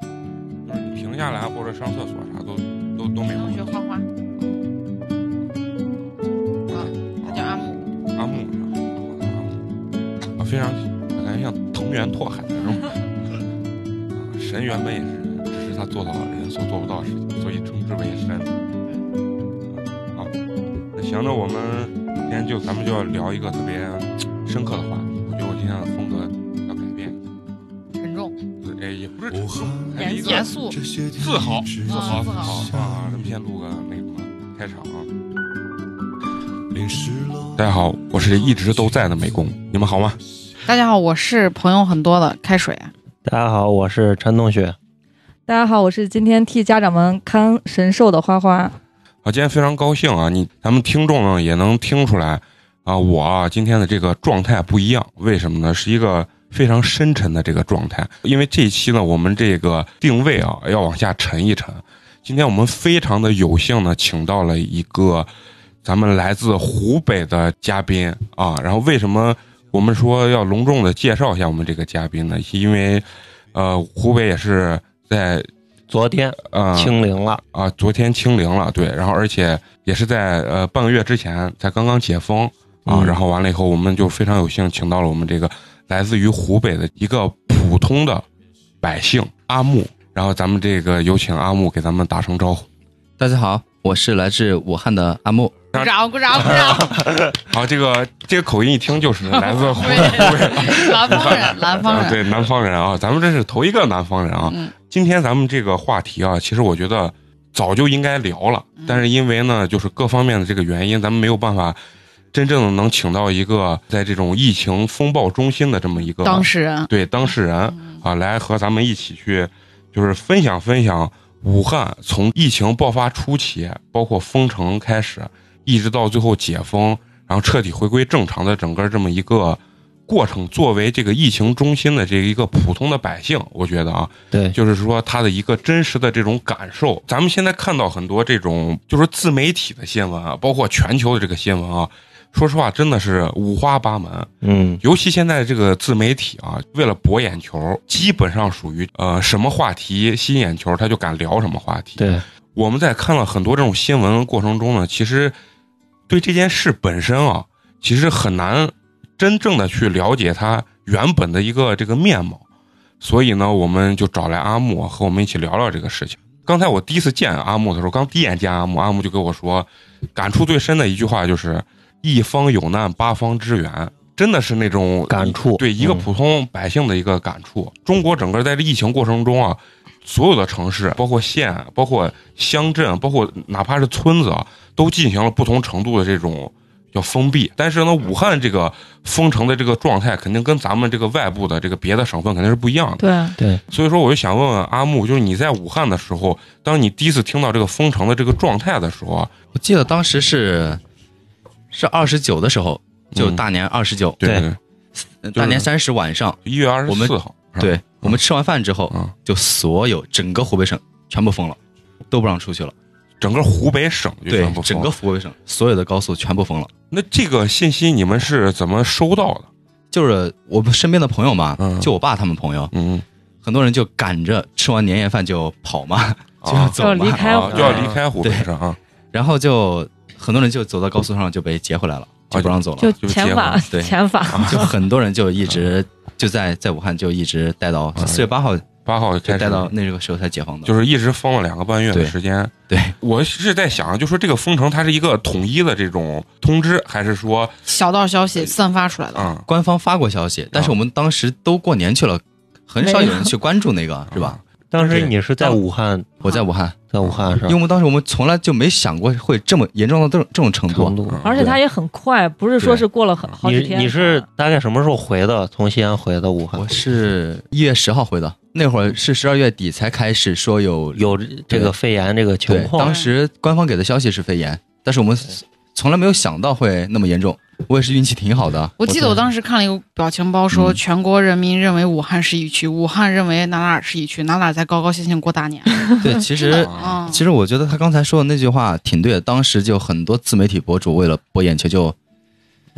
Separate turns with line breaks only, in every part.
就是你停下来或者上厕所啥都都都没
我
问
学
题。
画画。
嗯
啊，他叫阿木，
阿木是吧？阿木，啊，非常感觉像腾猿拓海那种。啊， 神原本也是，只是他做到了人所做不到的事情，所以称之为神。啊，那行，那我们今天就咱们就要聊一个特别深刻的话题，我觉得我今天的风格要改变。
沉重，
哎，也不是
武汉
还是一个
严肃，
自豪，自
自
豪，自豪
豪自豪
啊！咱们先录个那个什么开场啊。
淋湿了
大家好，我是一直都在的美工，你们好吗？
大家好，我是朋友很多的开水。
大家好，我是陈同学。
大家好，我是今天替家长们看神兽的花花。
啊，今天非常高兴啊！你咱们听众呢也能听出来啊，我啊今天的这个状态不一样，为什么呢？是一个非常深沉的这个状态，因为这一期呢我们这个定位啊要往下沉一沉。今天我们非常的有幸呢，请到了一个咱们来自湖北的嘉宾啊。然后为什么我们说要隆重的介绍一下我们这个嘉宾呢？是因为呃，湖北也是在
昨天
呃
清零了，
啊，昨天清零了，对，然后而且也是在呃半个月之前才刚刚解封啊，
嗯
然后完了以后，我们就非常有幸请到了我们这个来自于湖北的一个普通的百姓阿木，然后咱们这个有请阿木给咱们打声招呼。
大家好，我是来自武汉的阿木。
鼓掌，鼓 掌，鼓掌！
好，这个这个口音一听就是来自湖北
对，南方人， 南 方
啊，
人。
对南方人啊，咱们这是头一个南方人啊。
嗯
今天咱们这个话题啊，其实我觉得早就应该聊了，
嗯
但是因为呢，就是各方面的这个原因，咱们没有办法真正的能请到一个在这种疫情风暴中心的这么一个
当事人，
对当事人
嗯
啊，来和咱们一起去就是分享分享武汉从疫情爆发初期，包括封城开始，一直到最后解封，然后彻底回归正常的整个这么一个过程。作为这个疫情中心的这一个普通的百姓，我觉得啊，
对，
就是说他的一个真实的这种感受。咱们现在看到很多这种就是自媒体的新闻啊，包括全球的这个新闻啊，说实话真的是五花八门。
嗯，
尤其现在这个自媒体啊，为了博眼球，基本上属于呃什么话题吸引眼球，他就敢聊什么话题。
对，
我们在看了很多这种新闻过程中呢，其实对这件事本身啊，其实很难真正的去了解它原本的一个这个面貌。所以呢，我们就找来阿木和我们一起聊聊这个事情。刚才我第一次见阿木的时候，刚第一眼见阿木，阿木就跟我说，感触最深的一句话就是“一方有难，八方支援”，真的是那种
感触
对一个
嗯
普通百姓的一个感触。中国整个在这疫情过程中啊，所有的城市，包括县、包括乡镇、包括哪怕是村子啊，都进行了不同程度的这种叫封闭。但是呢，
嗯
武汉这个封城的这个状态，肯定跟咱们这个外部的这个别的省份肯定是不一样的。
对，
对，
所以说，我就想问问阿木，就是你在武汉的时候，当你第一次听到这个封城的这个状态的时候啊，
我记得当时是是二十九的时候，就
嗯
大年二十九，
对
对
对，
呃
就是啊
大年三十晚上，
一月二
我
十
们
四号，是吧，
对我们吃完饭之后，
嗯，
就所有整个湖北省全部封了，都不让出去了。
整个湖北省就
对
全部，封
整
了
个湖北省所有的高速全部封了。
那这个信息你们是怎么收到的？
就是我们身边的朋友嘛
嗯，
就我爸他们朋友，
嗯，
很多人就赶着吃完年夜饭就跑嘛，就要
啊
走
就要离
嘛，
开
啊就要离开湖北
对
省啊，
然后就很多人就走到高速上就被截回来了，
啊
就不让走了。
就
就
前
结
法
婚，
对
前法。
就很多人就一直就在在武汉就一直待到
嗯
四月八号，就
八号开始
待到那个时候才解封的。
就是一直封了两个半月的
对
时间。
对，
我是在想，啊就说这个封城它是一个统一的这种通知，还是说
小道消息散发出来的，
啊、嗯啊
官方发过消息，但是我们当时都过年去了，很少有人去关注那个，是吧？
当时
对
你是在
当
武汉，
我在武汉，
在武汉是吧
因为我们当时我们从来就没想过会这么严重到这种这种程
成
度。
嗯
都。
而且他也很快，不是说是过了很好
你
几天。
你是大概什么时候回的？从西安回的武汉
我？是一月十号回的，那会儿是十二月底才开始说有
有这个肺炎这个情
对，
况
当时官方给的消息是肺炎，但是我们从来没有想到会那么严重。我也是运气挺好的，
我记得我当时看了一个表情包，说
嗯
全国人民认为武汉是疫区，武汉认为哪哪儿是疫区，哪哪儿在高高兴兴过大年。
对，其
嗯
真
实
的啊，
其实我觉得他刚才说的那句话挺对的，当时就很多自媒体博主为了博眼球就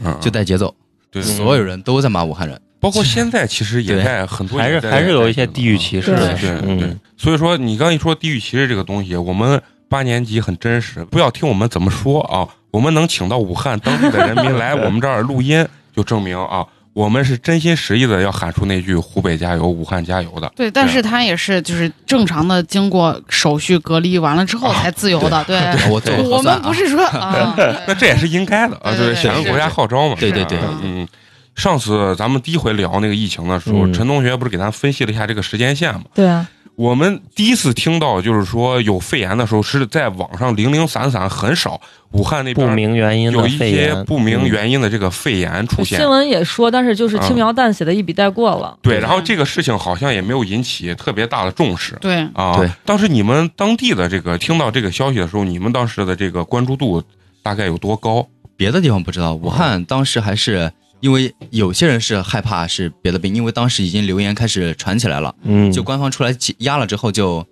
嗯，
就带节奏，
对，
所有人都在骂武汉人。
包括现在其实也
对
在很多
还是
也在嗯
还是有一些地域歧视的，
对对对
嗯，，
所以说你刚一说地域歧视这个东西，我们八年级很真实，不要听我们怎么说啊，我们能请到武汉当地的人民来我们这儿录音，就证明啊，我们是真心实意的要喊出那句“湖北加油，武汉加油”的。
对，但是他也是就是正常的经过手续隔离完了之后才自由的，对。
我做过
我
核酸
们
啊
不是说啊，
那这也是应该的啊，
对
就是
对对
响应
是
国家号召嘛。
对对
是吧
对
对
嗯。上次咱们第一回聊那个疫情的时候，
嗯
陈同学不是给咱分析了一下这个时间线嘛？
对啊，
我们第一次听到就是说有肺炎的时候，是在网上零零散散很少，武汉那
不
边
明原因
有
的
一
肺
些
炎，
不
嗯
明原因的这个肺炎出现
新。闻也说，但是就是轻描淡写的一笔带过了。
对，然后这个事情好像也没有引起特别大的重视
对，
啊。
对，
当时你们当地的这个听到这个消息的时候，你们当时的这个关注度大概有多高？
别的地方不知道，武汉当时还是因为有些人是害怕是别的病，因为当时已经流言开始传起来了，
嗯，
就官方出来挤压了之后就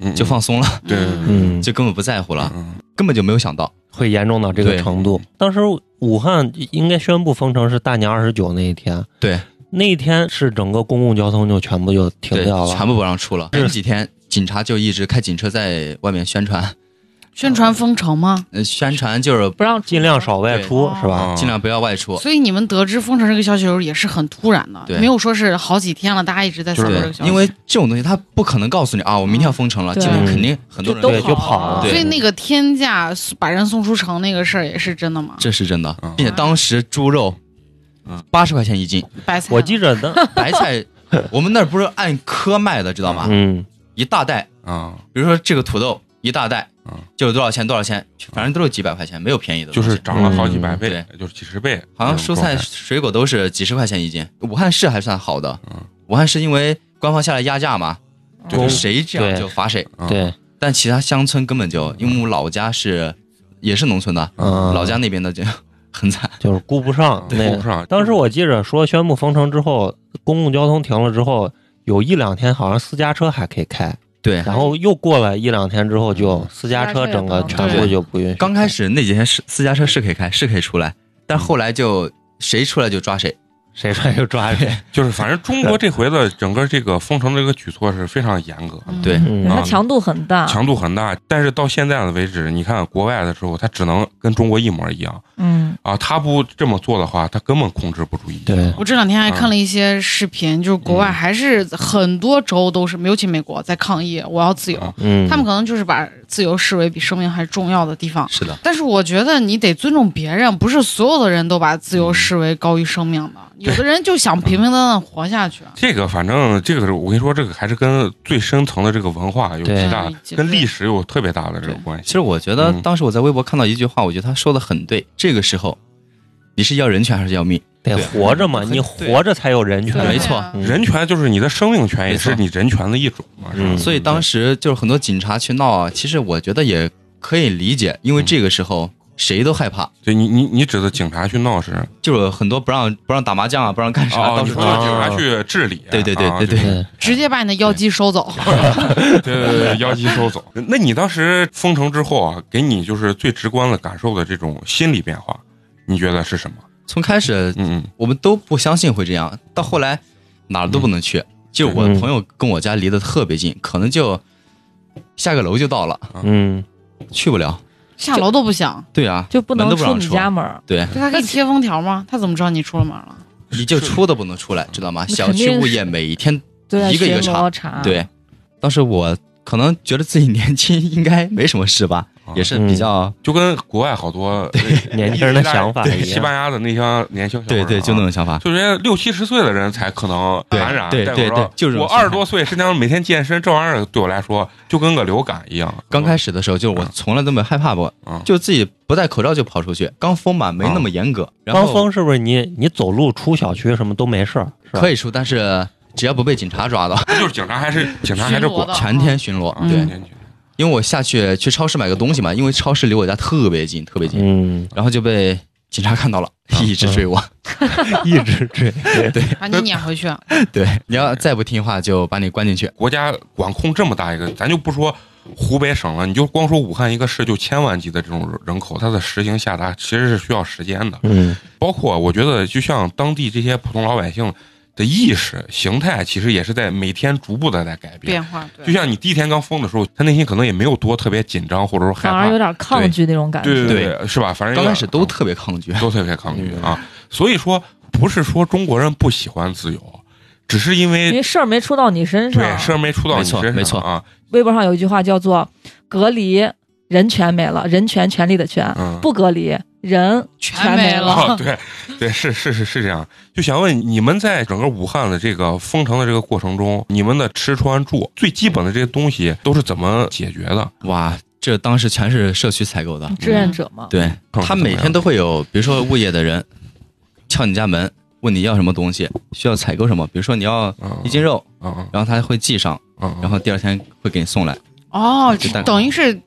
嗯，
就放松了，
对
嗯
嗯
就根本不在乎了，
嗯
根本就没有想到。
会严重到这个
对
程度。当时武汉应该宣布封城是大年二十九那一天，
对，
那一天是整个公共交通就全部就停
对，
掉了，
全部不让出了。
是
这几天警察就一直开警车在外面宣传，
宣传封城吗？
呃宣传就是
不让
尽量少外出
对
是吧？
啊
尽量不要外出。
所以你们得知封城这个消息的时候也是很突然的，
对
没有说是好几天了，大家一直在散
就
播
是
这个
对，
消息。
因为这种东西他不可能告诉你啊，我明天要封城了，
对
基本肯定很多人
就
对，
都
就
跑
跑
了
了。
对
所以那个天价把人送出城那个事儿也是真的吗？
这是真的
嗯，
并且当时猪肉
嗯
八十块钱 一斤，
白菜呢，啊
我记着当，
白菜我们那儿不是按颗卖的，知道吗？
嗯，
一大袋，
啊，
比如说这个土豆一大袋
嗯，
就是多少钱多少钱，反正都是几百块钱，没有便宜的
就
东西。
是涨了好几百
嗯
倍，
对
就是几十倍。
好像蔬菜水果都是几十块钱一斤。武汉市还算好的
嗯，
武汉市因为官方下来压价嘛，
对
就是谁这样
对
就罚谁。
嗯
对，
但其他乡村根本就，因为我们老家是也是农村的，
嗯，
老家那边的就 很惨。
就是顾不
嗯
上
对
那
顾不上
个。当时我记着说，宣布封城之后，公共交通停了之后，有一两天好像私家车还可以开，
对，
然后又过了一两天之后，就私家车
私家车也
整个
不能
全部
对
就不允许。
刚开，始那几天是私家车是可以开，是可以出来，但后来就谁出来就抓谁。
谁出来就抓谁。
就是反正中国这回的整个这个封城的这个举措是非常严格的，
嗯
对
对
嗯
它强度很大。
强度很大。但是到现在的为止，你看国外的时候，它只能跟中国一模一样
嗯，
啊，他不这么做的话，他根本控制不住疫情。
对
我这两天还看了一些视频，就是国外还是很多州都是，尤其美国在抗议我要自由，
嗯
嗯，
他们可能就是把自由视为比生命还重要的地方。
是的，
但是我觉得你得尊重别人，不是所有的人都把自由视为高于生命的，有的人就想平平淡淡地活下去。
这个反正这个是我跟你说，这个还是跟最深层的这个文化有
对
极大
嗯，
跟历史有特别大的这个
对
关
其
系。
实我觉得
嗯
当时我在微博看到一句话，我觉得他说的很对。这个时候，你是要人权还是要命？
得
对
活着嘛，
很
你
对
活着才有人权。
没错
嗯
人权就是你的生命权，也是
没错
你人权的一种嘛，是吧
嗯？
所以当时就是很多警察去闹啊，其实我觉得也可以理解，因为这个时候谁都害怕，
对你你你指的警察去闹事，
就是很多不让不让打麻将啊，不让干啥，
哦，
到
你
处
说
都
的
是
警
啊
察去治理，
对对对
啊
对对
对，
直接把你的药剂收走。
对对对， 妖姬收走。那你当时封城之后啊，给你就是最直观的感受的这种心理变化，你觉得是什么？
从开始
嗯
我们都不相信会这样，到后来哪儿都不能去。就我
嗯
朋友跟我家离得特别近，可能就下个楼就到了，
嗯，
去不了。
下楼都不想，
对啊，
就不能
门都不
出
让
你
出
家门儿。
对，
对他给你贴封条吗？他怎么知道你出了门了？
你就出都不能出来，知道吗？
那
小
肯
区
定
物
是
业每天
对啊，
一个一个
巡
查
逻查。
对，当时我可能觉得自己年轻，应该没什么事吧，
啊
也是比
嗯
较
就跟国外好 多
年轻人的想法
对
一
西班
样。
牙的那些年轻小伙儿
对
啊
对，就那种想法。
就人家六七十岁的人才可能
对
感染。
对
戴口
对
罩
对就是这
我
种
二十多岁，实际上每天健身，这玩意儿对我来说就跟个流感一样。
刚开始的时候，就我
啊
从来都没害怕过
嗯，
就自己不戴口罩就跑出去。刚封嘛，没那么严格，然后
啊刚封是不是你你走路出小区什么都没事儿？是吧
可以出，但是只要不被警察抓到，
嗯就是警察还是警察还是管
巡逻的
全天巡逻。
嗯
啊
对
全，天去
因为我下去去超市买个东西嘛，因为超市离我家特别近，特别近，
嗯，
然后就被警察看到了，一直追我。
一直追。对，
把你撵回去。啊
嗯
对，你要再不听话，就把你关进去。
国家管控这么大一个，咱就不说湖北省了，你就光说武汉一个市就千万级的这种人口，它的实行下达其实是需要时间的。
嗯，
包括我觉得，就像当地这些普通老百姓的意识形态，其实也是在每天逐步的在改变。
变化，对，
就像你第一天刚封的时候，他内心可能也没有多特别紧张，或者说害
反而有
怕，
点抗拒那种感觉。
对对对，是吧？反正有
刚
点
开始都特别抗
嗯
拒，
都特别抗拒啊。所以说，不是说中国人不喜欢自由，只是因
因
为
为事儿没出到你身上
对，事儿没出到你身上
没错没错
啊。
微博上有一句话叫做“隔离人权没了，人权权利的权，
嗯，
不隔离人
全
没
没
了
了。
哦，对，对，是是是是这样。就想问你们在整个武汉的这个封城的这个过程中，你们的吃穿住最基本的这些东西都是怎么解决的？
哇，这当时全是社区采
嗯
购的。
志愿者嘛。
对
嗯
他每天都会有，比如说物业的人敲你家门，问你要什么东西，需要采购什么。比如说你要
嗯
一斤肉，
嗯嗯
然后他会记上，
嗯，嗯
然后第二天会给你送来。
哦
就蛋，糕
等于是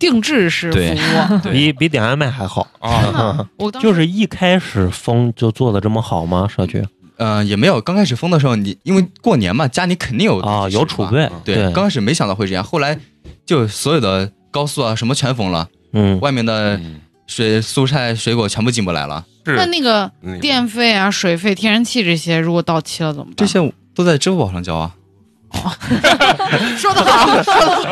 定制式服
对
务。
对，
比比点外卖还好。
啊，
啊我当时
就是一开始封就做的这么好吗？社区
呃，也没有。刚开始封的时候，你因为过年嘛，家里肯定有
啊，
食物
有储
嘛。
备
嗯，
对，刚开始没想到会这样，后来就所有的高速啊什么全封了，
嗯，
外面的
嗯
水蔬菜水果全部进不来了，
是
那那个
那个
电费啊、水费、天然气这些，如果到期了怎么办？
这些都在支付宝上交啊。
说得好，说得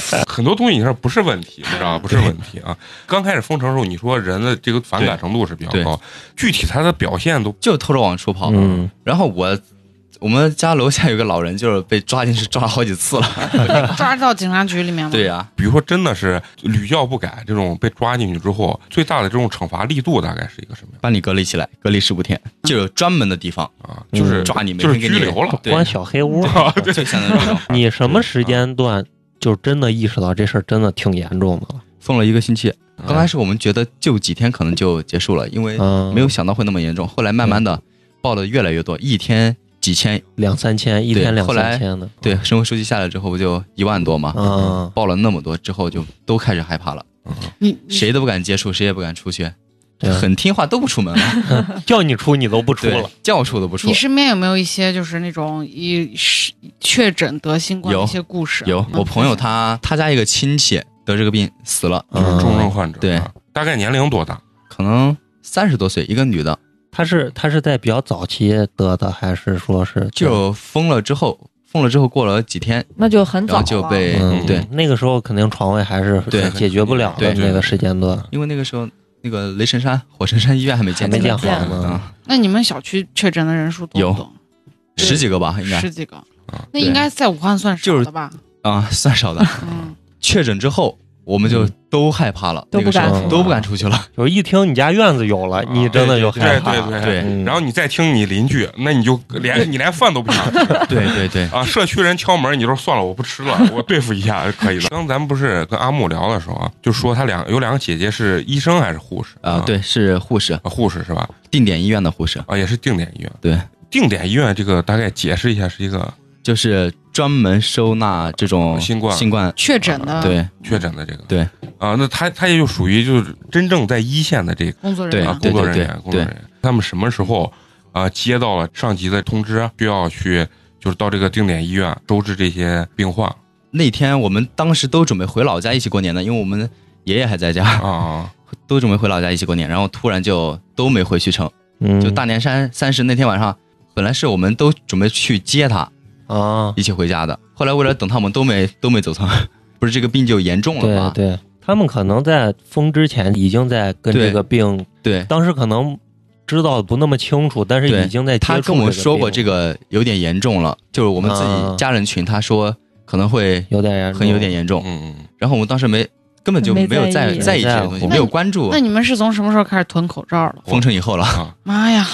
好。
很多东西你说不是问题，你知道吧？不是问题啊。刚开始封城的时候，你说人的这个反感程度是比较
对
高，具体它的表现都
就偷着往出跑。
嗯，
然后我我们家楼下有个老人，就是被抓进去抓了好几次 了。
抓到警察局里面了。
对呀、
比如说真的是屡教不改这种被抓进去之后，最大的这种惩罚力度大概是一个什么样
把你隔离起来，隔离十五天，就有专门的地方
啊？
嗯
就是
抓你，每
就是
天给
拘
你
留了。
对，
关小黑屋。
就相当于这种。
你什么时间段就真的意识到这事儿真的挺严重的了？
封了一个星期，嗯刚开始我们觉得就几天可能就结束了，因为
嗯，
没有想到会那么严重。后来慢慢的报的越来越多，一天几千，
两三千，一
对
天两
后来
三千的。
对，生活收集下来之后不就一万多嘛？
嗯
报了那么多之后就都开始害怕了，
你你
谁都不敢接触，谁也不敢出去，
对啊
很听话都不出门了，
叫你出你都不出
对
了，，
叫出都不出
你。身边有没有一些就是那种一是确诊得新冠的
有
一些故事？
有
嗯
我朋友他他家一个亲戚得这个病死了，
就是重症患者，
嗯
啊
对，
大概年龄多大？
可能三十多岁，一个女的，
他是他是在比较早期得的，还是说是
就封了之后，封了之后过了几天，
那就很
然
早
后就
了
被
嗯
对，
那个时候肯定床位还是
对
解决不了的
对
那个时间段，
因为那个时候那个雷神山火神山医院还没
还
建
没
起
建
来，
好呢。
嗯，
那你们小区确诊的人数多不多？
十几个吧，应该嗯
十几个
啊，
那应该在武汉算少的吧？
啊，算少的。
嗯，
确诊之后，我们
嗯
就都害怕了，
都
那个
不
时
敢
候
出
都不敢出去 了。
就是一听你家院子有了，你真的就
对
害怕
对
了。
对
啊对
嗯
然后你再听你邻居，那你就 连你连饭都不想吃
对对 对，
啊！社区人敲门，你就说算了，我不吃了， 我对付一下就可以了。刚咱们不是跟阿木聊的时候啊，就说他两有两个姐姐是医生还是护士
啊，对，是护士，
啊护士是吧？
定点医院的护士，
啊，也是定点医院。
对，
定点医院这个大概解释一下，是一个
就是专门收纳这种
新冠
新冠，
确诊的
对
确诊的这个。
对，
啊，那他他也就属于就是真正在一线的这个
工作人
对
啊
员
工作人
对
员，工作人员，他们什么时候啊接到了上级的通知，需要去就是到这个定点医院收治这些病患
那天我们当时都准备回老家一起过年的，因为我们爷爷还在家，
啊？
都准备回老家一起过年，然后突然就都没回去成。
嗯，
就大年三三十那天晚上，本来是我们都准备去接他
啊，
一起回家的，后来为了等他，我们都没都没走成。 不是这个病就严重了
对
吗？
对，他们可能在封之前已经在跟
对
这个病，
对，
当时可能知道得不那么清楚，但是
对
已经在
他
接触
跟我们
个
说过
病
这个有点严重了，就是我们自己家人群，他说可能会
有点严重
很有点严重。
嗯嗯
然后我们当时没根本就
没
没有
在
在
意
在意这些东西，
那
没有关注
那。你们是从什么时候开始囤口罩的？
封城以后了，
啊。
妈呀，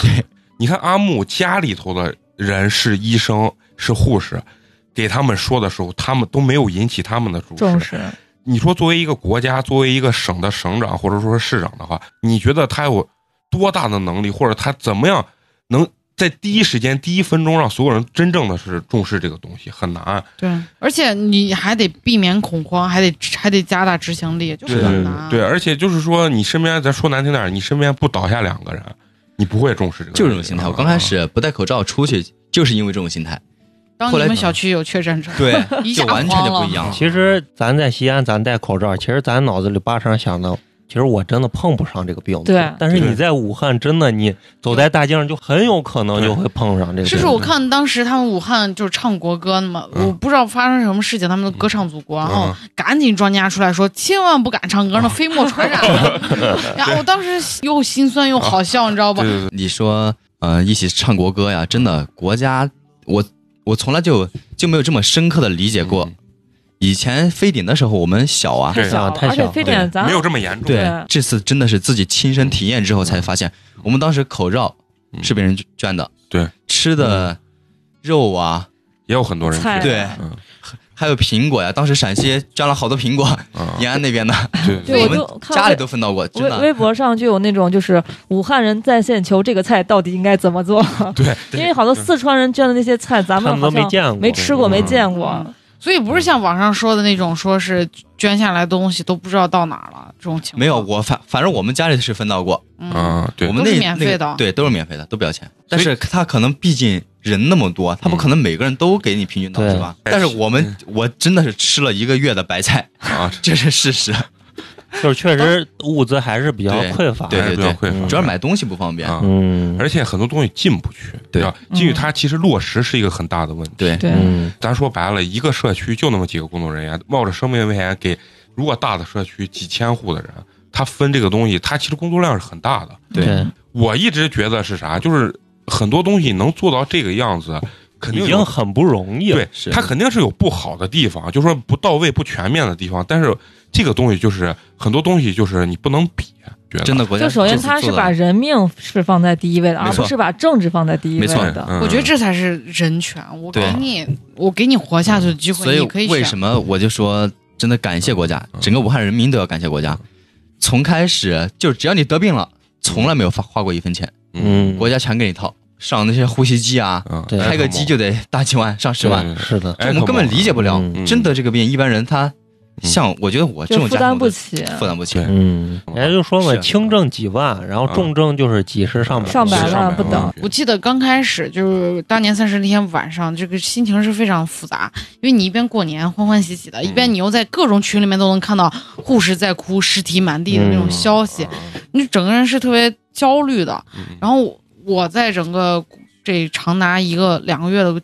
你看阿木家里头的人是医生是护士，给他们说的时候，他们都没有引起他们的重视。
重视，
你说作为一个国家，作为一个省的省长或者说是市长的话，你觉得他有多大的能力，或者他怎么样能在第一时间、第一分钟让所有人真正的是重视这个东西，很难。
对，而且你还得避免恐慌，还得还得加大执行力，就
对
很
啊
难。
对，而且就是说，你身边咱说难听点儿，你身边不倒下两个人，你不会重视这个。啊
就是这种心态。我刚开始不戴口罩出去，就是因为这种心态。
当你
后来
们小区有确诊者，
对，
一下
就完全就不一样了。
其实咱在西安，咱戴口罩，其实咱脑子里八成想的，其实我真的碰不上这个病毒。
对
但是
对
你在武汉，真的你走在大街上，就很有可能就会碰上这个病毒。
就是我看当时他们武汉就是唱国歌嘛，
嗯
我不知道发生什么事情，他们都歌唱祖国，然后
嗯啊
赶紧专家出来说，千万不敢唱歌，那飞沫传染 了。然后我当时又心酸又好笑，你知道吧
对？
哦
对对，
你说，呃，一起唱国歌呀，真的，国家，我我从来就就没有这么深刻的理解过。
嗯
以前非典的时候，我们小啊，
太小了，
太
而
小
且
了
非典咱
没有这么严重。
对
对，
这次真的是自己亲身体验之后才发现，我们当时口罩
嗯
是别人捐的，
对，
吃的肉啊，
也有很多人
菜
去
对
嗯
还有苹果呀，当时陕西捐了好多苹果，
啊，
延安那边的，
对
对
我
我
们
就看
家里
微
都分到过，真
微
的，
微博上就有那种就是武汉人在线求这个菜到底应该怎么做，
对，
因为好多四川人捐的那些菜，咱
他
们
们
好
都没
像
见过，
没吃过、没
嗯
见过，
所以不是像网上说的那种，说是捐下来的东西都不知道到哪儿了这种情况。
没有，我反反正我们家里是分到过，
嗯，
啊，对
我，们
都
那
是免费的
那个对，都是免费的，都不要钱。
所
但
以
是他可能毕竟人那么多，他不可能每个人都给你平均到
对
是吧？但是我们我真的是吃了一个月的白菜，
啊，
这是事实。
就是确实物资还是比较
对
匮乏。
对对
比较匮乏
对，主要是买东西不方便。
啊，
嗯，
而且很多东西进不去，
对
吧？
嗯
进去它其实落实是一个很大的问题。
对，
对
嗯，
咱说白了，一个社区就那么几个工作人员，冒着生命危险给如果大的社区几千户的人，他分这个东西，他其实工作量是很大的。
对
对，
我一直觉得是啥，就是很多东西能做到这个样子，肯定
已
有
经很不容易了。
对，
是
它肯定是有不好的地方，就说不到位、不全面的地方。但是这个东西就是很多东西就是你不能比，觉得
真的国家
就首先
这次
他是
做得
把人命是放在第一位的，
没
而
错
不是把政治放在第一位
没错
的。
嗯
我觉得这才是人权。我给
对
你，我给你活下去的机会，
所以
你可以
为
选。
什么我就说真的感谢国家
嗯，
整个武汉人民都要感谢国家。从开始就只要你得病了，从来没有花花过一分钱，
嗯，
国家全给你掏，上那些呼吸机啊，
嗯，
对
开个机就得大几万上十万，
对
嗯是的，
我们根本理解不了
嗯，
真得这个病，一般人他
嗯
像我觉得我这
就
种
负
家
担
庭
不
我都
起，
负担不起
对，
嗯，人家就说嘛，
是啊
轻症几万，然后重症就是几十上百，
上百
是
万不等
嗯
我记得刚开始就是大年三十那天晚上，这个心情是非常复杂，因为你一边过年欢欢喜喜
嗯
的，一边你又在各种群里面都能看到护士在哭、尸体满地的那
嗯
种消息，你整个人是特别焦虑的。
嗯
然后我在整个这长达一个两个月的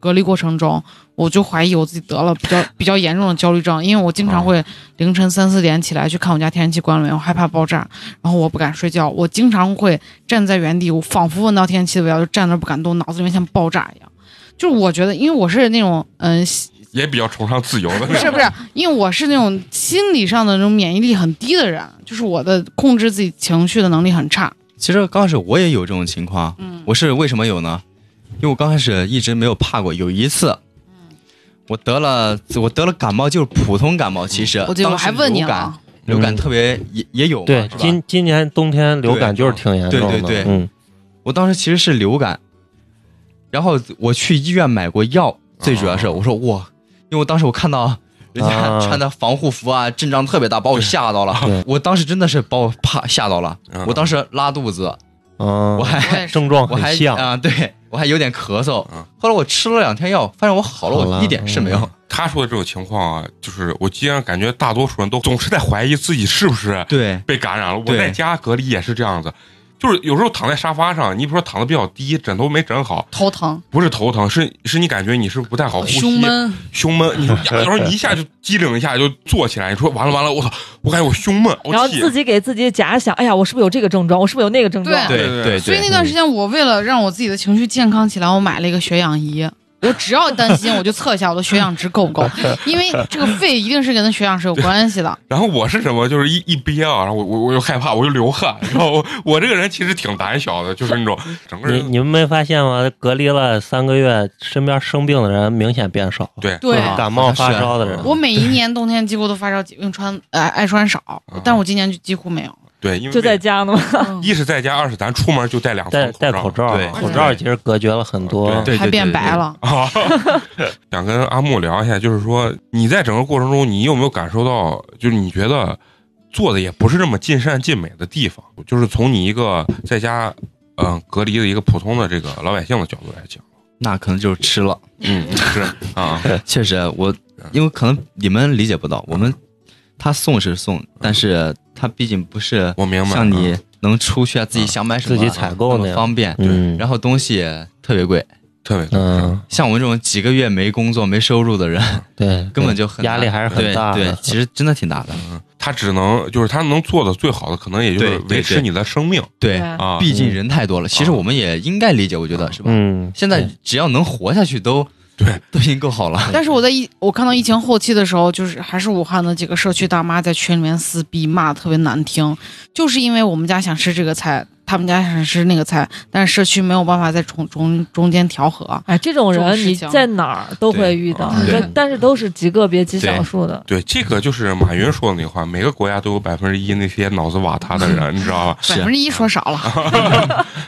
隔离过程中，我就怀疑我自己得了比较比较严重的焦虑症，因为我经常哦会凌晨三四点起来去看我家天然气关了没，我害怕爆炸，然后我不敢睡觉，我经常会站在原地，我仿佛闻到天然气的味道就站那儿不敢动，脑子里面像爆炸一样。就是我觉得，因为我是那种嗯
也比较崇尚自由的，
不是不是，因为我是那种心理上的那种免疫力很低的人，就是我的控制自己情绪的能力很差。
其实刚开始我也有这种情况，
嗯，
我是为什么有呢？因为我刚开始一直没有怕过，有一次，
嗯
我得了我得了感冒，就是普通感冒，其实
嗯我对我
当时
还问你啊
流
了
感，，流感
嗯
特别也也有嘛，
对，
是吧
今今年冬天流感就是挺严重的，
对对对
嗯，
我当时其实是流感，然后我去医院买过
啊
药，最主要是
哦
我说哇，因为我当时我看到人家
啊
穿的防护服啊，阵仗特别大，把我吓到
对
了。我当时真的是把我怕吓到了，我当
时
时拉肚子，
啊
我，
我
还
也是，
症状
我
很
还
像，
啊，对我还有点咳嗽
嗯。
后来我吃了两天药，发现我好了，
好了
我一点事没有
嗯。
他说的这种情况啊，就是我既然感觉大多数人都总是在怀疑自己是不是
对
被感染了。我
对
在家隔离也是这样子，就是有时候躺在沙发上，你比如说躺的比较低，枕头没枕好，
头疼、
不是头疼，是是你感觉你是不太好
哦
呼吸，
胸闷，
胸闷， 你说，呀然后你一下就机灵一下就坐起来，你说完了完了，我操，我感觉我胸闷，我
然后
气
自己给自己假想，哎呀，我是不是有这个症状？我是不是有那个症状？
对
对
对
对
对
所以
对
那段时间，我为了让我自己的情绪健康起来，我买了一个血氧仪。我只要担心，我就测一下我的血氧值够不 够，因为这个肺一定是跟咱血氧是有关系的。
然后我是什么？就是一一憋啊，然后我我我又害怕，我就流汗。 然后我我这个人其实挺胆小的，就是那种整个
你
人
你们没发现吗？隔离了三个月，身边生病的人明显变少了。
对
对啊
感冒发烧的人
我每一年冬天几乎都发烧，用穿呃爱穿少，
啊
但我今年就几乎 没有。
对，因为
就在家呢嘛。
嗯
一是在家，二是咱出门就戴两
戴
层
戴口罩
对，
口罩其实隔绝了很多。
对
对对
还
对
变
对
白了，
啊， 想跟阿木聊一下，就是说你在整个过程中，你有没有感受到，就是你觉得做的也不是这么尽善尽美的地方？就是从你一个在家嗯、呃隔离的一个普通的这个老百姓的角度来讲，
那可能就是吃了。
嗯，是啊，
确实，我因为可能你们理解不到，我们他送是送，但是他毕竟不
嗯
是
我明白。
像你能出去啊，自己想买什么
自己采购那
那么
样
方便，
嗯，
然后东西也特别贵。
特别
嗯，
像我们这种几个月没工作、没收入的人，
对，
根本就很
压力还是很大的嗯
对对，其实真的挺大的。
他只能就是他能做的最好的，可能也就是
对对
维持
对
你的生命
对，
啊。
毕竟人太多了。其实我们也应该理解，我觉得是吧？
嗯，
现在只要能活下去都
对
都已经够 好了。
但是我在疫，我看到疫情后期的时候，就是还是武汉的几个社区大妈在群里面撕逼，骂得特别难听，就是因为我们家想吃这个菜，他们家想吃那个菜，但是社区没有办法在中中中间调和。
哎，这种
这
人
种事
你
情
在哪儿都会遇到，
对
但但是都是极个别、极少数的。
嗯对，这个就是马云说的那话，每个国家都有百分之一那些脑子瓦塌的人，你知道吧？
百分之一说少
啊
了，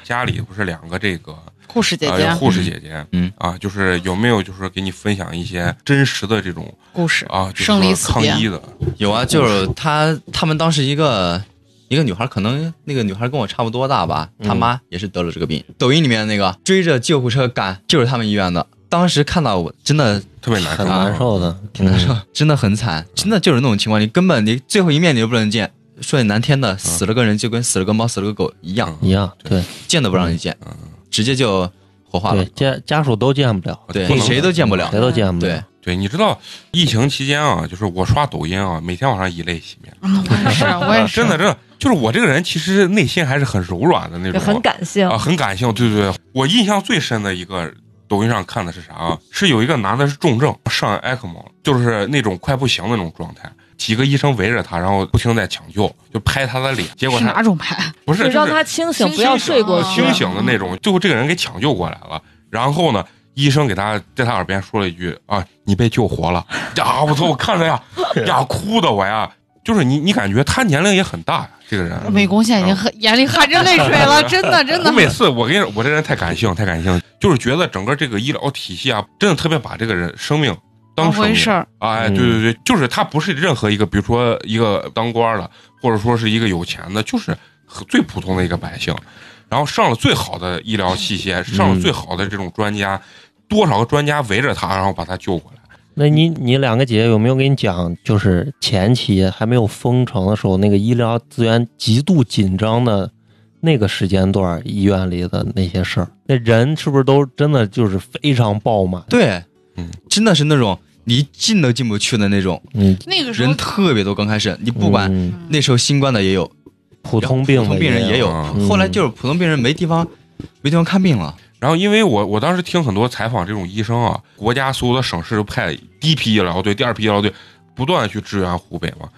家里不是两个这个
护士姐
呃
姐
有护士姐姐，
嗯
啊，就是有没有就是给你分享一些真实的这种
故事，
啊，就是
生离
说
死
抗
别
议的，
有啊，就是他他们当时一个一个女孩，可能那个女孩跟我差不多大吧，
嗯
她妈也是得了这个病。抖音里面那个追着救护车赶，就是他们医院的。当时看到我真的
特别难受，啊
很难受的，嗯
挺难受，真的很惨，真的就是那种情况，你根本你最后一面你都不能见。说句难听的，死了个人就跟死了个猫、死了个狗一样，
一样。对
见都不让你见，
嗯
直接就火化了
对，。家家属都见不了，
对
不，能
谁都见不了
谁。都见不
对
了。，
对，你知道疫情期间啊，就是我刷抖音啊，每天晚上以泪洗面，
嗯我 也是，我也是
真，的，真的，就是我这个人其实内心还是很柔软的那
就
种，
很感性
啊，，很感性。对对对，我印象最深的一个抖音上看的是啥啊？是有一个男的是重症上 ECMO 了，就是那种快不行的那种状态，几个医生围着他，然后不停地在抢救，就拍他的脸，结果
是
他
哪种牌？
不是
就
就
让
是
他清醒，
清
不要
醒
睡过
啊
去
清。醒的那种。最后这个人给抢救过来了，然后呢，医生给他在他耳边说了一句：“啊，你被救活了！” 呀，我操！我看着 呀，呀，哭的我呀，就是你，你感觉他年龄也很大呀，这个人。
美工现在已经
啊
含眼里含着泪水 了，真的，真
我
的。
每次我跟你说，我这人太感性，太感性，就是觉得整个这个医疗体系啊，真的特别把这个人生命当
当
生命
回事儿，
哎，对对对，就是他不是任何一个，比如说一个当官的，或者说是一个有钱的，就是很最普通的一个百姓，然后上了最好的医疗器械，上了最好的这种专家，多少个专家围着他，然后把他救过来。
那你你两个姐姐有没有给你讲，就是前期还没有封城的时候，那个医疗资源极度紧张的那个时间段，医院里的那些事儿，那人是不是都真的就是非常爆满？
对
嗯，
真的是那种你进都进不去的那种，
嗯，
那个时候
人特别多。刚开始你不管，
嗯
那时候新冠的也有，
普通病
普
的
通病人也有
嗯，
后来就是普通病人没地方没地方看病了。
然后，因为我我当时听很多采访这种医生啊，国家所有的省市都派第一批医疗队、第二批医疗队，不断的去支援湖北嘛。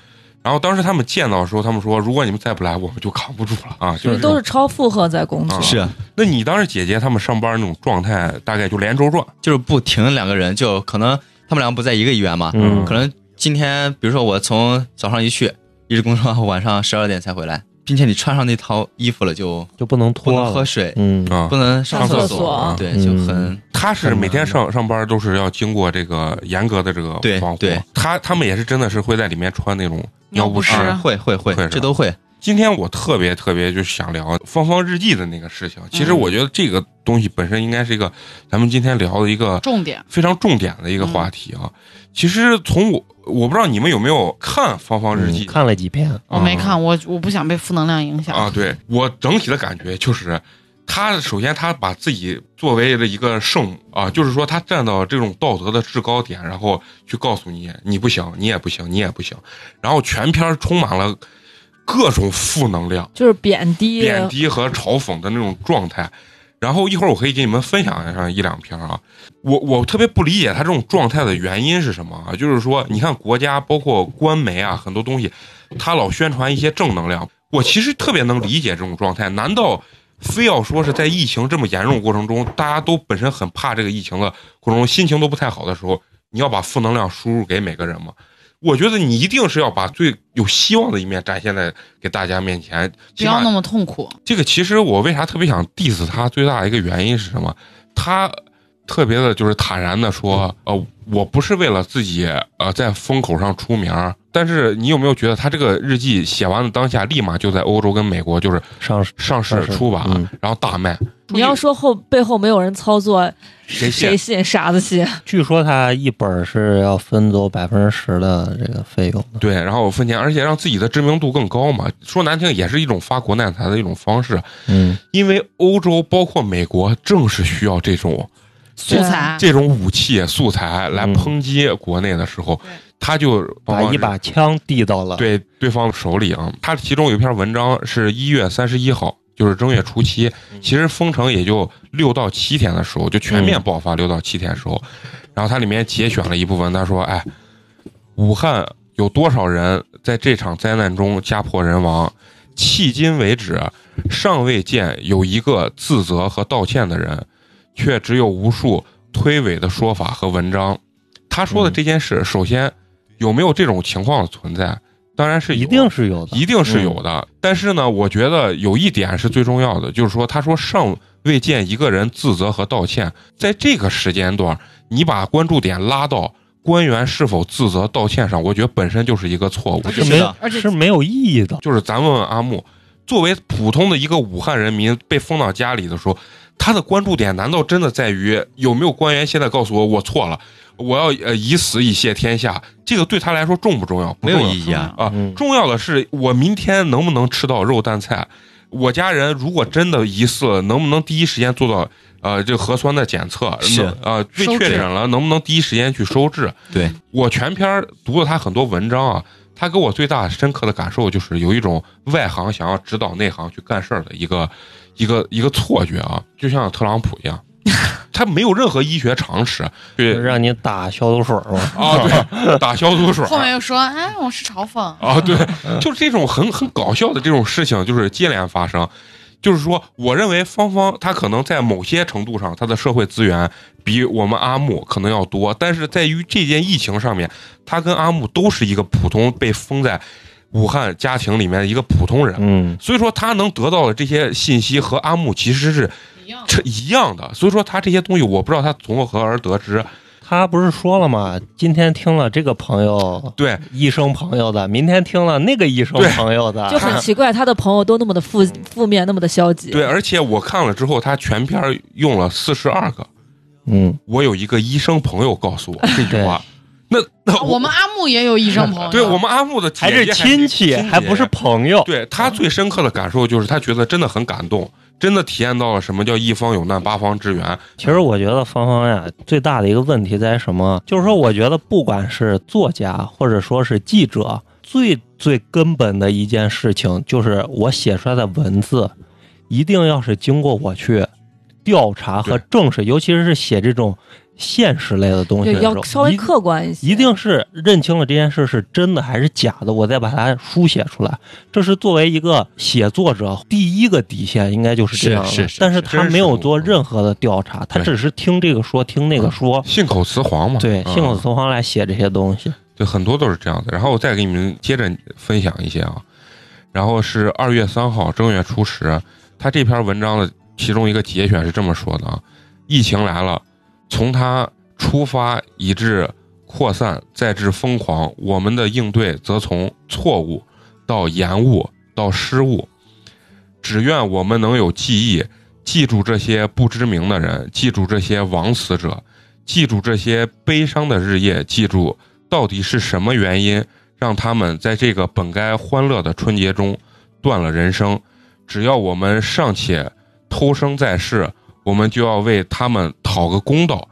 然后当时他们见到的时候，他们说：“如果你们再不来，我们就扛不住了啊！”就
就是都是超负荷在工作
啊，
是，
那你当时姐姐他们上班那种状态，大概就连轴转，
就是不停两个人，就可能他们俩不在一个医院嘛，
嗯
可能今天比如说我从早上一去，一直工作到晚上十二点才回来，并且你穿上那套衣服了就
就不能
不
拖
能
了
喝。水，
嗯，
啊
不，能
上
厕
厕所
对，
嗯
就很
他是每天上上班都是要经过这个严格的这个
对
防护
对，
他他们也是真的是会在里面穿那种尿不
是
湿。
尿不湿
啊会会会
会是吧，
这都会。
今天我特别特别就想聊《芳芳日记》的那个事
嗯
情，其实我觉得这个东西本身应该是一个咱们今天聊的一个
重点
非常重点的一个话题啊。其实从我我不知道你们有没有看《芳芳日记》
嗯看了几篇，
我没看，我我不想被负能量影响
啊，对我整体的感觉就是，他首先他把自己作为了一个圣母啊，就是说他站到这种道德的制高点，然后去告诉你你不行，你也不行，你也不行，然后全片儿充满了各种负能量、
就是贬低
贬低和嘲讽的那种状态。然后一会儿我可以给你们分享上一两篇啊。我我特别不理解他这种状态的原因是什么啊？就是说，你看国家包括官媒啊，很多东西，他老宣传一些正能量。我其实特别能理解这种状态，难道非要说是在疫情这么严重的过程中，大家都本身很怕这个疫情的过程中，心情都不太好的时候，你要把负能量输入给每个人吗？我觉得你一定是要把最有希望的一面展现在给大家面前，
不
起码
要那么痛苦。
这个其实我为啥特别想 diss 他，最大的一个原因是什么？他特别的就是坦然的说，呃，我不是为了自己呃在风口上出名儿，但是你有没有觉得他这个日记写完的当下，立马就在欧洲跟美国就是
上市
上市出版，
嗯
然后大卖？
你要说后背后没有人操作，
谁信啊
谁信？傻子信。
据说他一本儿是要分走百分之十的这个费用的。嗯
对，然后分钱，而且让自己的知名度更高嘛。说难听，也是一种发国难财的一种方式，
嗯，
因为欧洲包括美国正是需要这种
素材，
这种武器素材来
啊嗯
抨击国内的时候，
对
他就
把一把枪递到了，，
对对方手里啊。他其中有一篇文章是一月三十一号，就是正月初七，其实封城也就六到七天的时候，就全面爆发六到七天的时候。然后它里面节选了一部分，他说：“哎，武汉有多少人在这场灾难中家破人亡？迄今为止，尚未见有一个自责和道歉的人，却只有无数推诿的说法和文章。”他说的这件事，首先有没有这种情况的存在？当然是有
一定是有的，
一定是有的。但是呢，我觉得有一点是最重要的，就是说，他说尚未见一个人自责和道歉，在这个时间段，你把关注点拉到官员是否自责道歉上，我觉得本身就是一个错误。
是
是
没
的
而且
是没有意义的。
就是咱问问阿木，作为普通的一个武汉人民被封到家里的时候，他的关注点难道真的在于有没有官员现在告诉我我错了，我要呃以死以谢天下？这个对他来说重不重要？不
没
重
有
要
意义啊。
啊
嗯，
重要的是我明天能不能吃到肉蛋菜？我家人如果真的疑似了，能不能第一时间做到呃这个核酸的检测？
是
能呃被
收治
确诊了，能不能第一时间去收治？
对
我全篇儿读了他很多文章啊，他给我最大深刻的感受就是有一种外行想要指导内行去干事儿的一个一个一个错觉啊，就像特朗普一 样，他没有任何医学常识，对
让你打消毒水儿 嘛，
啊，对，打消毒水儿，
后面又说，哎，我是 嘲讽，
啊，对，就是这种很很搞笑的这种事情，就是接连发生。就是说，我认为芳芳她可能在某些程度上，她的社会资源比我们阿木可能要多，但是在于这件疫情上面，她跟阿木都是一个普通被封在武汉家庭里面的一个普通人，
嗯，
所以说她能得到的这些信息和阿木其实是
一样
这一样的，所以说她这些东西我不知道她从何而得知，
他不是说了吗？今天听了这个朋友
对，
医生朋友的，明天听了那个医生
对
朋友的，
就很奇怪，他的朋友都那么的负负面，那么的消极。
对，而且我看了之后，他全篇儿用了四十二个。
嗯，
我有一个医生朋友告 诉我这句话。那那
啊我们阿木也有医生朋友，
对我们阿木的姐
还
姐
是亲戚，
亲
还不是朋友。
对他最深刻的感受就是他觉得真的很感动，真的体验到了什么叫一方有难八方支援。
其实我觉得芳芳呀，最大的一个问题在于什么？就是说，我觉得不管是作家或者说是记者，最最根本的一件事情就是我写出来的文字，一定要是经过我去调查和
对
证实，尤其是写这种现实类的东西
对，
的时候，
要稍微
一
客观一些。
一定是认清了这件事是真的还是假的，我再把它书写出来。这是作为一个写作者第一个底线，应该就是这样的。
是是是
但是他
真实
没有
度
做
嗯
任何的调查，他
对
只是听这个说，听那个说。
信口雌黄嘛，
对，
嗯
信口雌黄来写这些东西。
对，很多都是这样的。然后我再给你们接着分享一些啊，然后是二月三号正月初十，他这篇文章的其中一个节选是这么说的啊：疫情来了，从它出发以至扩散，再至疯狂，我们的应对则从错误到延误到失误。只愿我们能有记忆，记住这些不知名的人，记住这些枉死者，记住这些悲伤的日夜，记住到底是什么原因让他们在这个本该欢乐的春节中断了人生？只要我们尚且偷生在世，我们就要为他们讨个公道。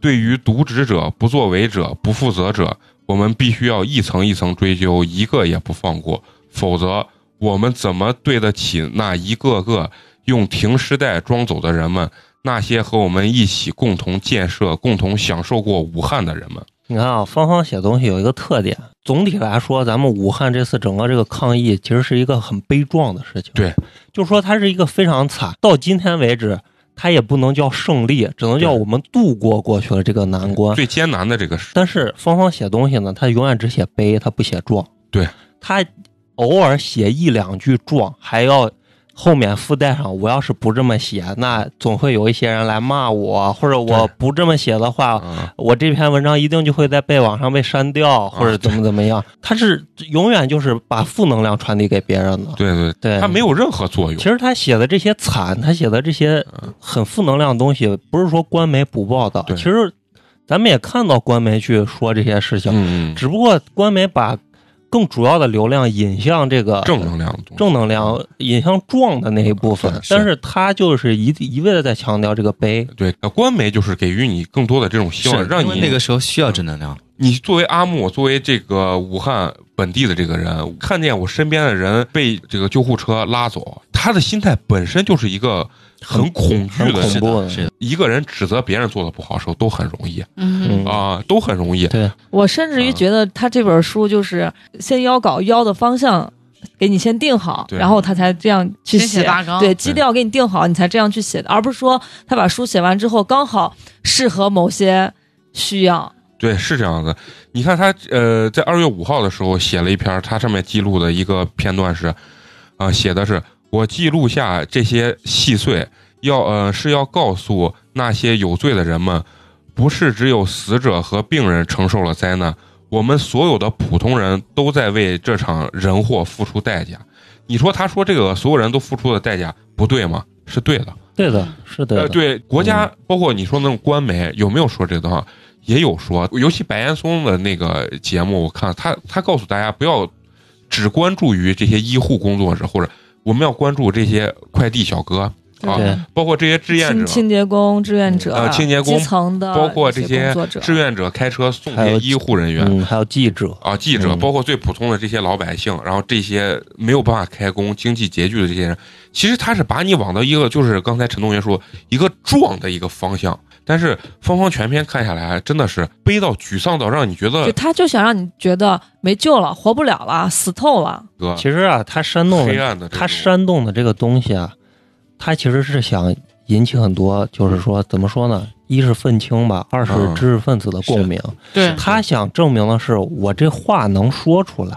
对于渎职者、不作为者、不负责者，我们必须要一层一层追究，一个也不放过，否则我们怎么对得起那一个个用停尸带装走的人们，那些和我们一起共同建设、共同享受过武汉的人们。
你看啊，芳芳写东西有一个特点，总体来说，咱们武汉这次整个这个抗疫其实是一个很悲壮的事情。
对，
就说它是一个非常惨，到今天为止，它也不能叫胜利，只能叫
对
我们度过过去了这个难关。
最艰难的这个时，
但是芳芳写东西呢，她永远只写悲，她不写壮。
对，
她偶尔写一两句壮，还要后面附带上，我要是不这么写，那总会有一些人来骂我，或者我
对
不这么写的话，
嗯，
我这篇文章一定就会在被网上被删掉，或者怎么怎么样。他是永远就是把负能量传递给别人的。
嗯对对，
对，
它没。有任何作用
其。实他写的这些惨，他写的这些
嗯
很负能量的东西，不是说官媒不报道。
对
其实咱们也看到官媒去说这些事情，
嗯，嗯
只不过官媒把更主要的流量引向这个
正能量的东西。
正能量引向壮的那一部分，
是
但是他就是一一味的在强调这个悲，
对，呃官媒就是给予你更多的这种希望，
是
让
因
你
为那个时候需要正能量。
你作为阿木，作为这个武汉本地的这个人，看见我身边的人被这个救护车拉走，他的心态本身就是一个很恐惧
很
嗯的
恐
事。
怖的。
啊是的，
一个人指责别人做的不好的时候都很容易
嗯
嗯
啊，都很容易。
对，
我甚至
啊
于觉得他这本书就是先邀稿邀的方向给你先定好，
对
然后他才这样去
先写大纲
对基调给你定好，你才这样去写的，而不是说他把书写完之后刚好适合某些需要。
对，是这样子。你看他呃，在二月五号的时候写了一篇，他上面记录的一个片段是，啊、写的是我记录下这些细碎，要呃是要告诉那些有罪的人们，不是只有死者和病人承受了灾难，我们所有的普通人都在为这场人祸付出代价。你说他说这个所有人都付出的代价不对吗？是对的。
对的，是的。嗯
呃，对国家，包括你说那种官媒，有没有说这个的话，也有说，尤其白岩松的那个节目，我看他他告诉大家不要只关注于这些医护工作者，或者我们要关注这些快递小哥啊
对，
包括这些志愿
清
者。
清洁工、志愿者、啊
呃清洁工
基层的，
包括这
这
些
工作者，
志愿者开车送这
还
些
有
医护人员、
嗯，还有记者，
啊，记者，
嗯
包括最普通的这些老百姓，然后这些没有办法开工、经济拮据的这些人，其实他是把你往到一个就是刚才陈同学说一个壮的一个方向。但是芳芳全篇看下来，真的是悲到沮丧到让你觉
就
得
他就想让你觉得没救了，活不了了，死透了。
个
其实啊，他煽动
黑
的，
暗的这种，
他煽动的这个东西啊，他其实是想引起很多，就是说怎么说呢？一是愤青吧，二是
嗯
知识分子的共鸣。
对，
他想证明的是，我这话能说出来，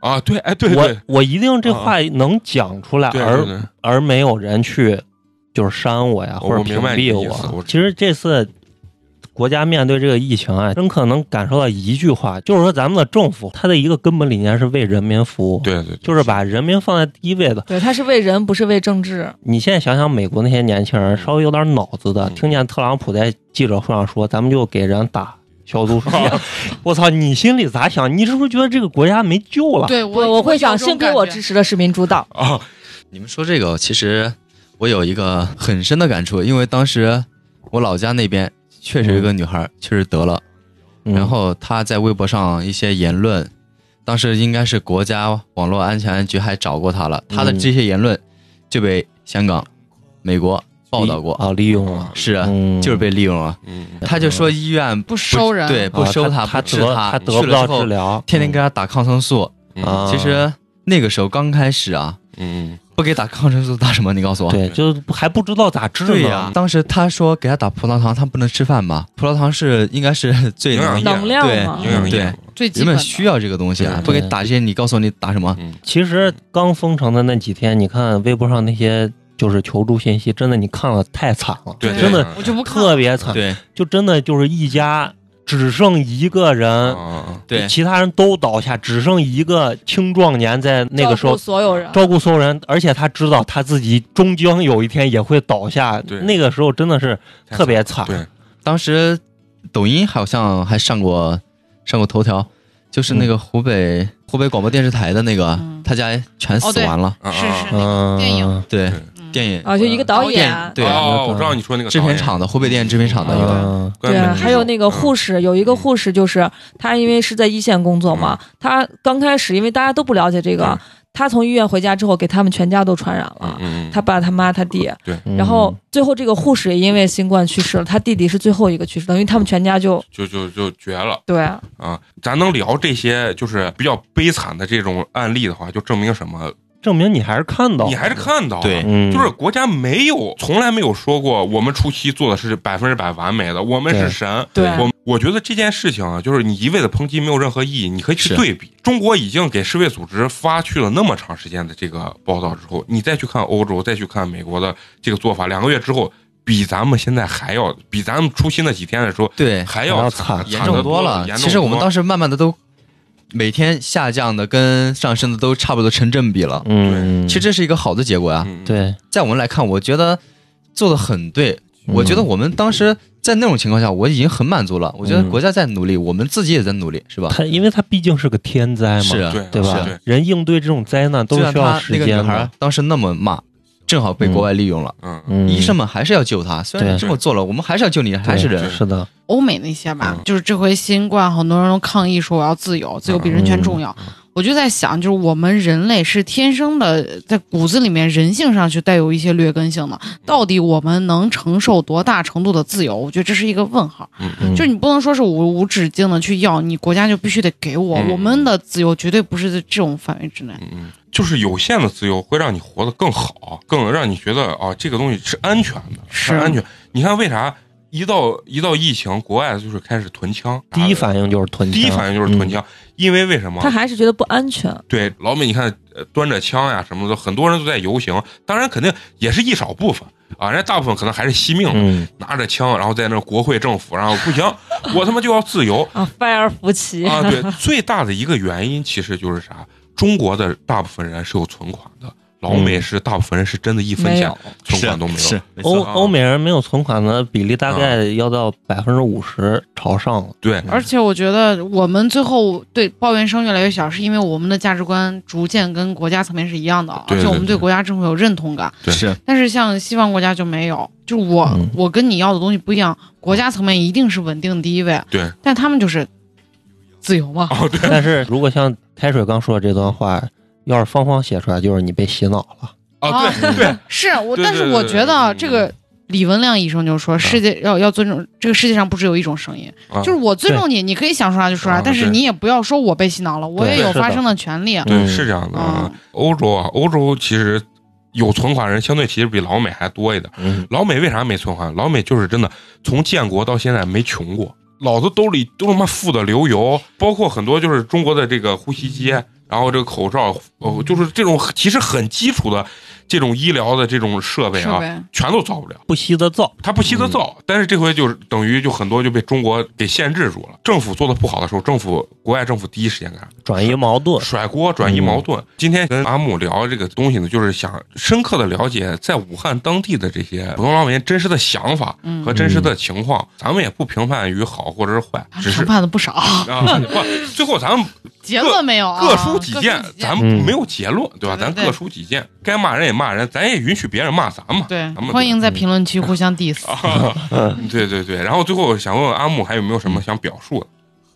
啊，对，哎，对对啊
我我一定这话能讲出来，
对，
而
对对
而没有人去就是删我呀，
我
或者
我
屏
明白你
蔽
的
我。
意思我
其实这次国家面对这个疫情啊，深刻能感受到一句话，就是说咱们的政府它的一个根本理念是为人民服务，
对对，
就是把人民放在第一位的。
对，他是为人，不是为政治。
你现在想想，美国那些年轻人稍微有点脑子的，
嗯
听见特朗普在记者会上说咱们就给人打消毒水， 我操，你心里咋想？你是不是觉得这个国家没救了？
对
我
我
我会想，幸亏我支
知
持的是民主党。
啊，
你们说这个，其实我有一个很深的感触，因为当时我老家那边确实有一个女孩确实得了，
嗯
然后她在微博上一些言论，当时应该是国家网络安全局还找过她了，她的这些言论就被香港、美国报道过，
啊，利用了，
是啊，
嗯，
就是被利用了。
嗯，
她就说医院不
不收人，
对，
啊
不收
他，
不治
得他
去
得不
了
到
之后
治疗，嗯
天天给她打抗生素。
嗯
啊
其实那个时候刚开始啊，
嗯，
不给打抗生素打什么？你告诉我。
对，就是还不知道咋治呢。
对呀、当时他说给他打葡萄糖，他不能吃饭吧？葡萄糖是应该是 最
营养
能
液
能量嘛
嗯营养液
对
最基
人
本
们
的
需要这个东西啊，
对
不给打这些，你告诉我你打什么？
嗯
其实刚封城的那几天，你看微博上那些就是求助信息，真的你看了太惨了，
对，啊
真的
我就不看
特别惨，
对
就真的就是一家只剩一个
啊
人，
啊
嗯对，
其他人都倒下，只剩一个青壮年在那个时
照顾
候。
所有人，
照顾所有人，而且他知道他自己终将有一天也会倒下。
对
那个时候真的是
太
嗯特别惨。
对啊
当时抖音好像还上过上过头条，就是那
嗯
个湖北、湖北广播电视台的那个，
嗯
他家全死完了，
啊
是是
啊
嗯，
电影
对，
嗯
电影
啊，就一个导演，
对、
哦，我知道你说那个
制
导
片
演哦
厂的湖北电影制片厂的一个，
嗯
关
对啊
门，之
还有
手
那个护
嗯
士，有一个护士就是她，因为是在一线工作嘛，她刚开始因为大家都不了解这个
嗯，
他从医院回家之后，给他们全家都传染了，
嗯，
他爸、他妈、他弟，
嗯
然后最后这个护士也因为新冠去世了，他弟弟是最后一个去世的，等于他们全家就
就就就绝了
对，
啊！咱能聊这些就是比较悲惨的这种案例的话，就证明什么？
证明你还是看到，
你还是看到了，
对
嗯，
就是国家没有从来没有说过我们初期做的是百分之百完美的，我们是
对
神。
对
我我觉得这件事情啊，就是你一味的抨击没有任何意义。你可以去
是
对比，中国已经给世卫组织发去了那么长时间的这个报道之后，你再去看欧洲，再去看美国的这个做法，两个月之后，比咱们现在还要，比咱们初期那几天的时候
对，
还
还
要
要
惨，
惨
严
惨
重
得多
了。
严重
其实我们
多
当时慢慢的都每天下降的跟上升的都差不多成正比了。
嗯，
其实这是一个好的结果呀、
嗯，
对，
在我们来看，我觉得做的很对。我觉得
嗯
我们当时在那种情况下，我已经很满足了。我觉得
嗯
国家在努力，我们自己也在努力，是吧？
他因为他毕竟是个天灾嘛，
是啊，
对
对
是
吧
对？
人应对这种灾难都
虽
是
然
需要
他
时
那个女
间
孩
的，
当时那么骂，正好被
嗯
国外利用了。
嗯嗯
嗯，
医生们还是要救她，虽然
对
你这么做了，我们还是要救你，还是
对
人。
是的，
欧美那些吧
嗯，
就是这回新冠，很多人都抗议说我要自由，自由比人权重
嗯
要。我就在想，就是我们人类是天生的，在骨子里面人性上去带有一些劣根性的，到底我们能承受多大程度的自由？我觉得这是一个问号。
嗯
就是你不能说是无无止境的去要，你国家就必须得给我，
嗯
我们的自由绝对不是在这种范围之内。
嗯嗯，就是有限的自由会让你活得更好，更让你觉得啊，这个东西是安全的，
是
安全。你看为啥一到一到疫情，国外就是开始囤枪，
第一反应就是囤
第
枪，嗯
一反应就是囤枪，因为为什么
他？还是觉得不安全，啊
对，老美你看呃端着枪呀什么的，很多人都在游行，当然肯定也是一少部分啊，人家大部分可能还是惜命的，
嗯，
拿着枪，然后在那国会政府，然后不行，我他妈就要自由。
啊，反而福奇，
啊，对，最大的一个原因其实就是啥？中国的大部分人是有存款的，老美是大部分人是真的一分
没
钱
有
存款都没有。
是没
欧
错
啊
欧美人没有存款的比例大概要到百分之五十朝上了，
对，
而且我觉得我们最后对抱怨声越来越小，是因为我们的价值观逐渐跟国家层面是一样的，
对
而且我们
对
对国家政府有认同感。
对
是啊
但是像西方国家就没有，就我、
嗯
我跟你要的东西不一样，国家层面一定是稳定第一位，
对，
但他们就是自由嘛，
嗯哦，对，
但是如果像开水刚说的这段话，要是芳芳写出来，就是你被洗脑了。
啊，对对，
是我，
对
但是
对
我
对
觉得啊
嗯
这个李文亮医生就说，世界要要尊重这个世界上不只有一种声音，
啊
就是我尊重你，你可以想说啥就说
啊
啥，但是
对
你也不要说我被洗脑了，我
对
也有
是的
发声的权利。
对
嗯
是这样的。啊
嗯。
欧洲啊，欧洲其实有存款人相对其实比老美还多一点。
嗯，
老美为啥没存款？老美就是真的从建国到现在没穷过，老子兜里都他妈富的流油，包括很多就是中国的这个呼吸机，然后这个口罩，哦，就是这种其实很基础的这种医疗的这种设备
是
啊，
呗？
全都造不了。
不惜的造，
他不惜得造，但是这回就是等于就很多就被中国给限制住了。政府做的不好的时候，政府国外政府第一时间干啥？
转移矛盾。
甩锅转移矛盾。今天跟阿木聊这个东西呢，就是想深刻的了解在武汉当地的这些普通老百姓真实的想法
嗯
和真实的情况。咱们也不评判于好或者是坏，只是
谈判的不少，
啊，不，最后咱们
结论没有啊？
各抒己见，咱们
嗯
没有结论，对吧？
对
咱
对
各
对
抒己见，该骂人也骂人，咱也允许别人骂咱嘛。
对
咱们，嗯
欢迎在评论区互相 diss。
啊， 对对对。然后最后想问问阿木，还有没有什么想表述的？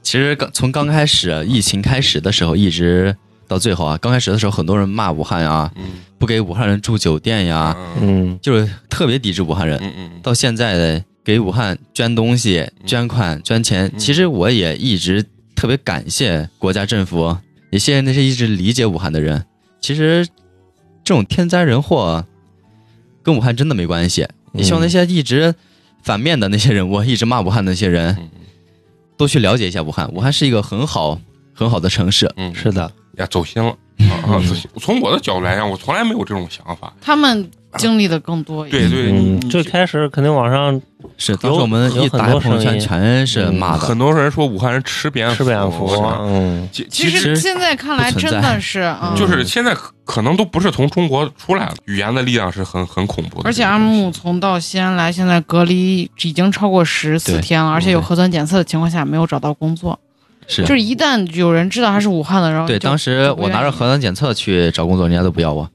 其实刚从刚开始疫情开始的时候，一直到最后啊，刚开始的时候很多人骂武汉啊，
嗯
不给武汉人住酒店呀，
嗯
嗯，
就是特别抵制武汉人。
嗯嗯
到现在的给武汉捐东西、捐款、捐钱
嗯，
其实我也一直特别感谢国家政府，也谢谢那些一直理解武汉的人。其实这种天灾人祸跟武汉真的没关系。
嗯
也希望那些一直反面的那些人物，一直骂武汉的那些人，
嗯
都去了解一下武汉。武汉是一个很好很好的城市，
嗯，
是的，
呀，走心了。
嗯
啊啊！走心从我的角度来讲，我从来没有这种想法。
他们经历的更多一点。
对对，你
嗯，
你
最开始肯定往上
是当时我们
有
一打开朋友
很
圈
多声音
全是骂的
嗯很，多人说武汉人吃蝙蝠，
吃蝙蝠
是
啊
吧，
嗯，
其
其
其
实
实
现在看来
不
真
存在
的是，嗯
就，是现在可可能都不是从中国出来的，语言的力量是很很恐怖的。
而且阿木从到西安来，现在隔离已经超过十四
对
天了，而且有核酸检测的情况下没有找到工作，
是
就是一旦有人知道他是武汉的，然后
对。
就
当时
就不
我拿
愿
着
意
核酸检测去找工作，人家都不要我。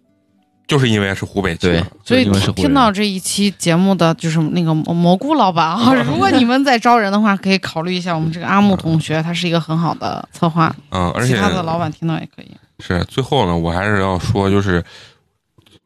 就是因为是湖北籍
对
的，，
所以
就是因为是湖
听
人
到这一期节目的就是那个蘑蘑菇老板 啊，如果你们在招人的话，可以考虑一下我们这个阿木同学，他是一个很好的策划，
嗯，而
其
且
他的老板听到也可以。
是最后呢，我还是要说，就是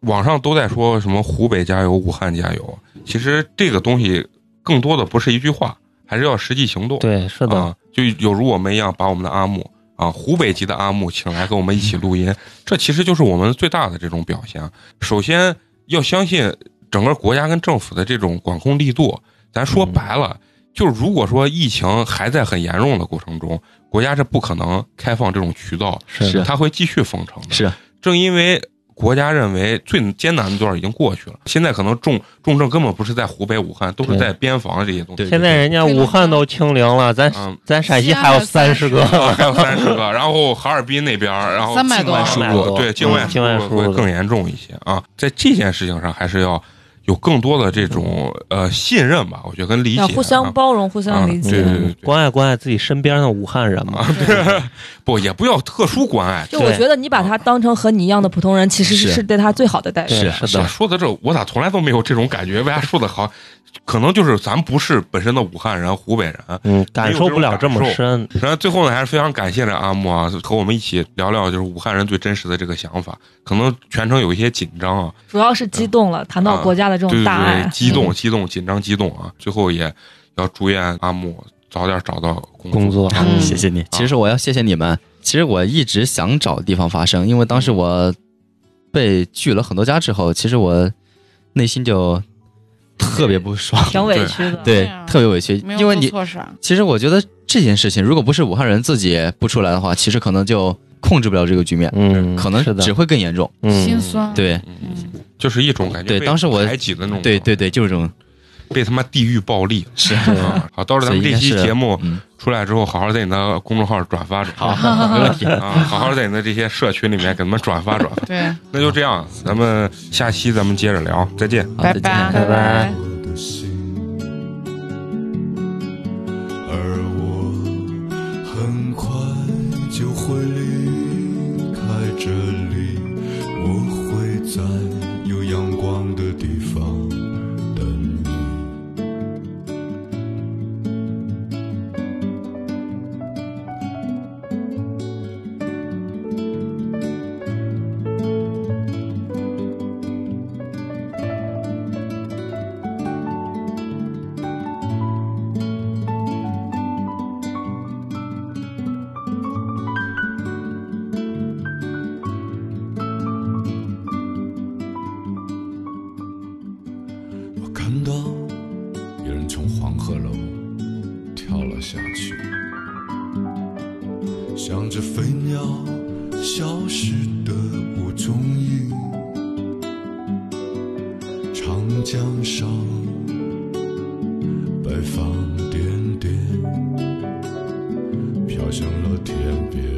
网上都在说什么湖北加油、武汉加油，其实这个东西更多的不是一句话，还是要实际行动。
对，是的，
啊，就有如我们一样，把我们的阿木啊，湖北籍的阿木，请来跟我们一起录音，这其实就是我们最大的这种表现。啊首先要相信整个国家跟政府的这种管控力度。咱说
嗯
白了，就是如果说疫情还在很严重的过程中，国家是不可能开放这种渠道，
是
是
的，
它会继续封城的。
是
正因为国家认为最艰难的段儿已经过去了，现在可能重重症根本不是在湖北、武汉，都是在边防这些东西。
对
现在人家武汉都清零了，咱
嗯，
咱陕西还有三十个，
还 有三十个，然后哈尔滨那边儿，然后
300
境外输
多
入，对
嗯
境外
境外输入
会
的
更严重一些啊。在这件事情上，还是要有更多的这种呃信任吧，我觉得跟理解
要
啊，
互相包容、互相理
嗯 对对
解。
对对，
关爱关爱自己身边的武汉人 嘛。
不也不要特殊关 爱。
就我觉得你把他当成和你一样的普通人，其实
是
是对他最好的待遇。
啊
对
是
是的，
说的这，我咋从来都没有这种感觉？为啥说的好？可能就是咱不是本身的武汉人、湖北人，
嗯，感受不了这么深，
然后最后呢，还是非常感谢这阿木啊，和我们一起聊聊就是武汉人最真实的这个想法。可能全程有一些紧张啊，
主要是激动了，谈到国家的这
对
种
对
大
对
爱，，
激
嗯
动激动，紧张激动啊！最后也要祝愿阿木早点找到工
工作
啊
嗯
谢谢你。其实我要谢谢你们。其实我一直想找地方发声，因为当时我被拒了很多家之后，其实我内心就特别不爽，
挺委屈的。
对
对啊，
特别委屈。
没
因为
有做
你，
错啥，
其实我觉得这件事情，如果不是武汉人自己不出来的话，其实可能就控制不了这个局面，
嗯，
可能
是的
只，会更严重。
心
嗯，
酸。，
对，
嗯，就是一种感觉被
对当时我
排挤的那种，
对，对，对，就是这种，嗯
被他妈地狱暴力
是
啊！好，到时候咱们这期
所以应该是
节目
嗯，
出来之后，好好在你的公众号转发转 发，
好，没问题。
啊，好好在你的这些社群里面给他们转发转发。
对，
那就这样，咱们下期咱们接着聊，再见。
好，再见。
拜
拜拜。
我的心，而我很快就会离开这里，我会在有阳光的地方等你。我看到有人从黄鹤楼跳了下去，像只飞鸟消失的无踪影。长江上，白帆点点，飘向了天边。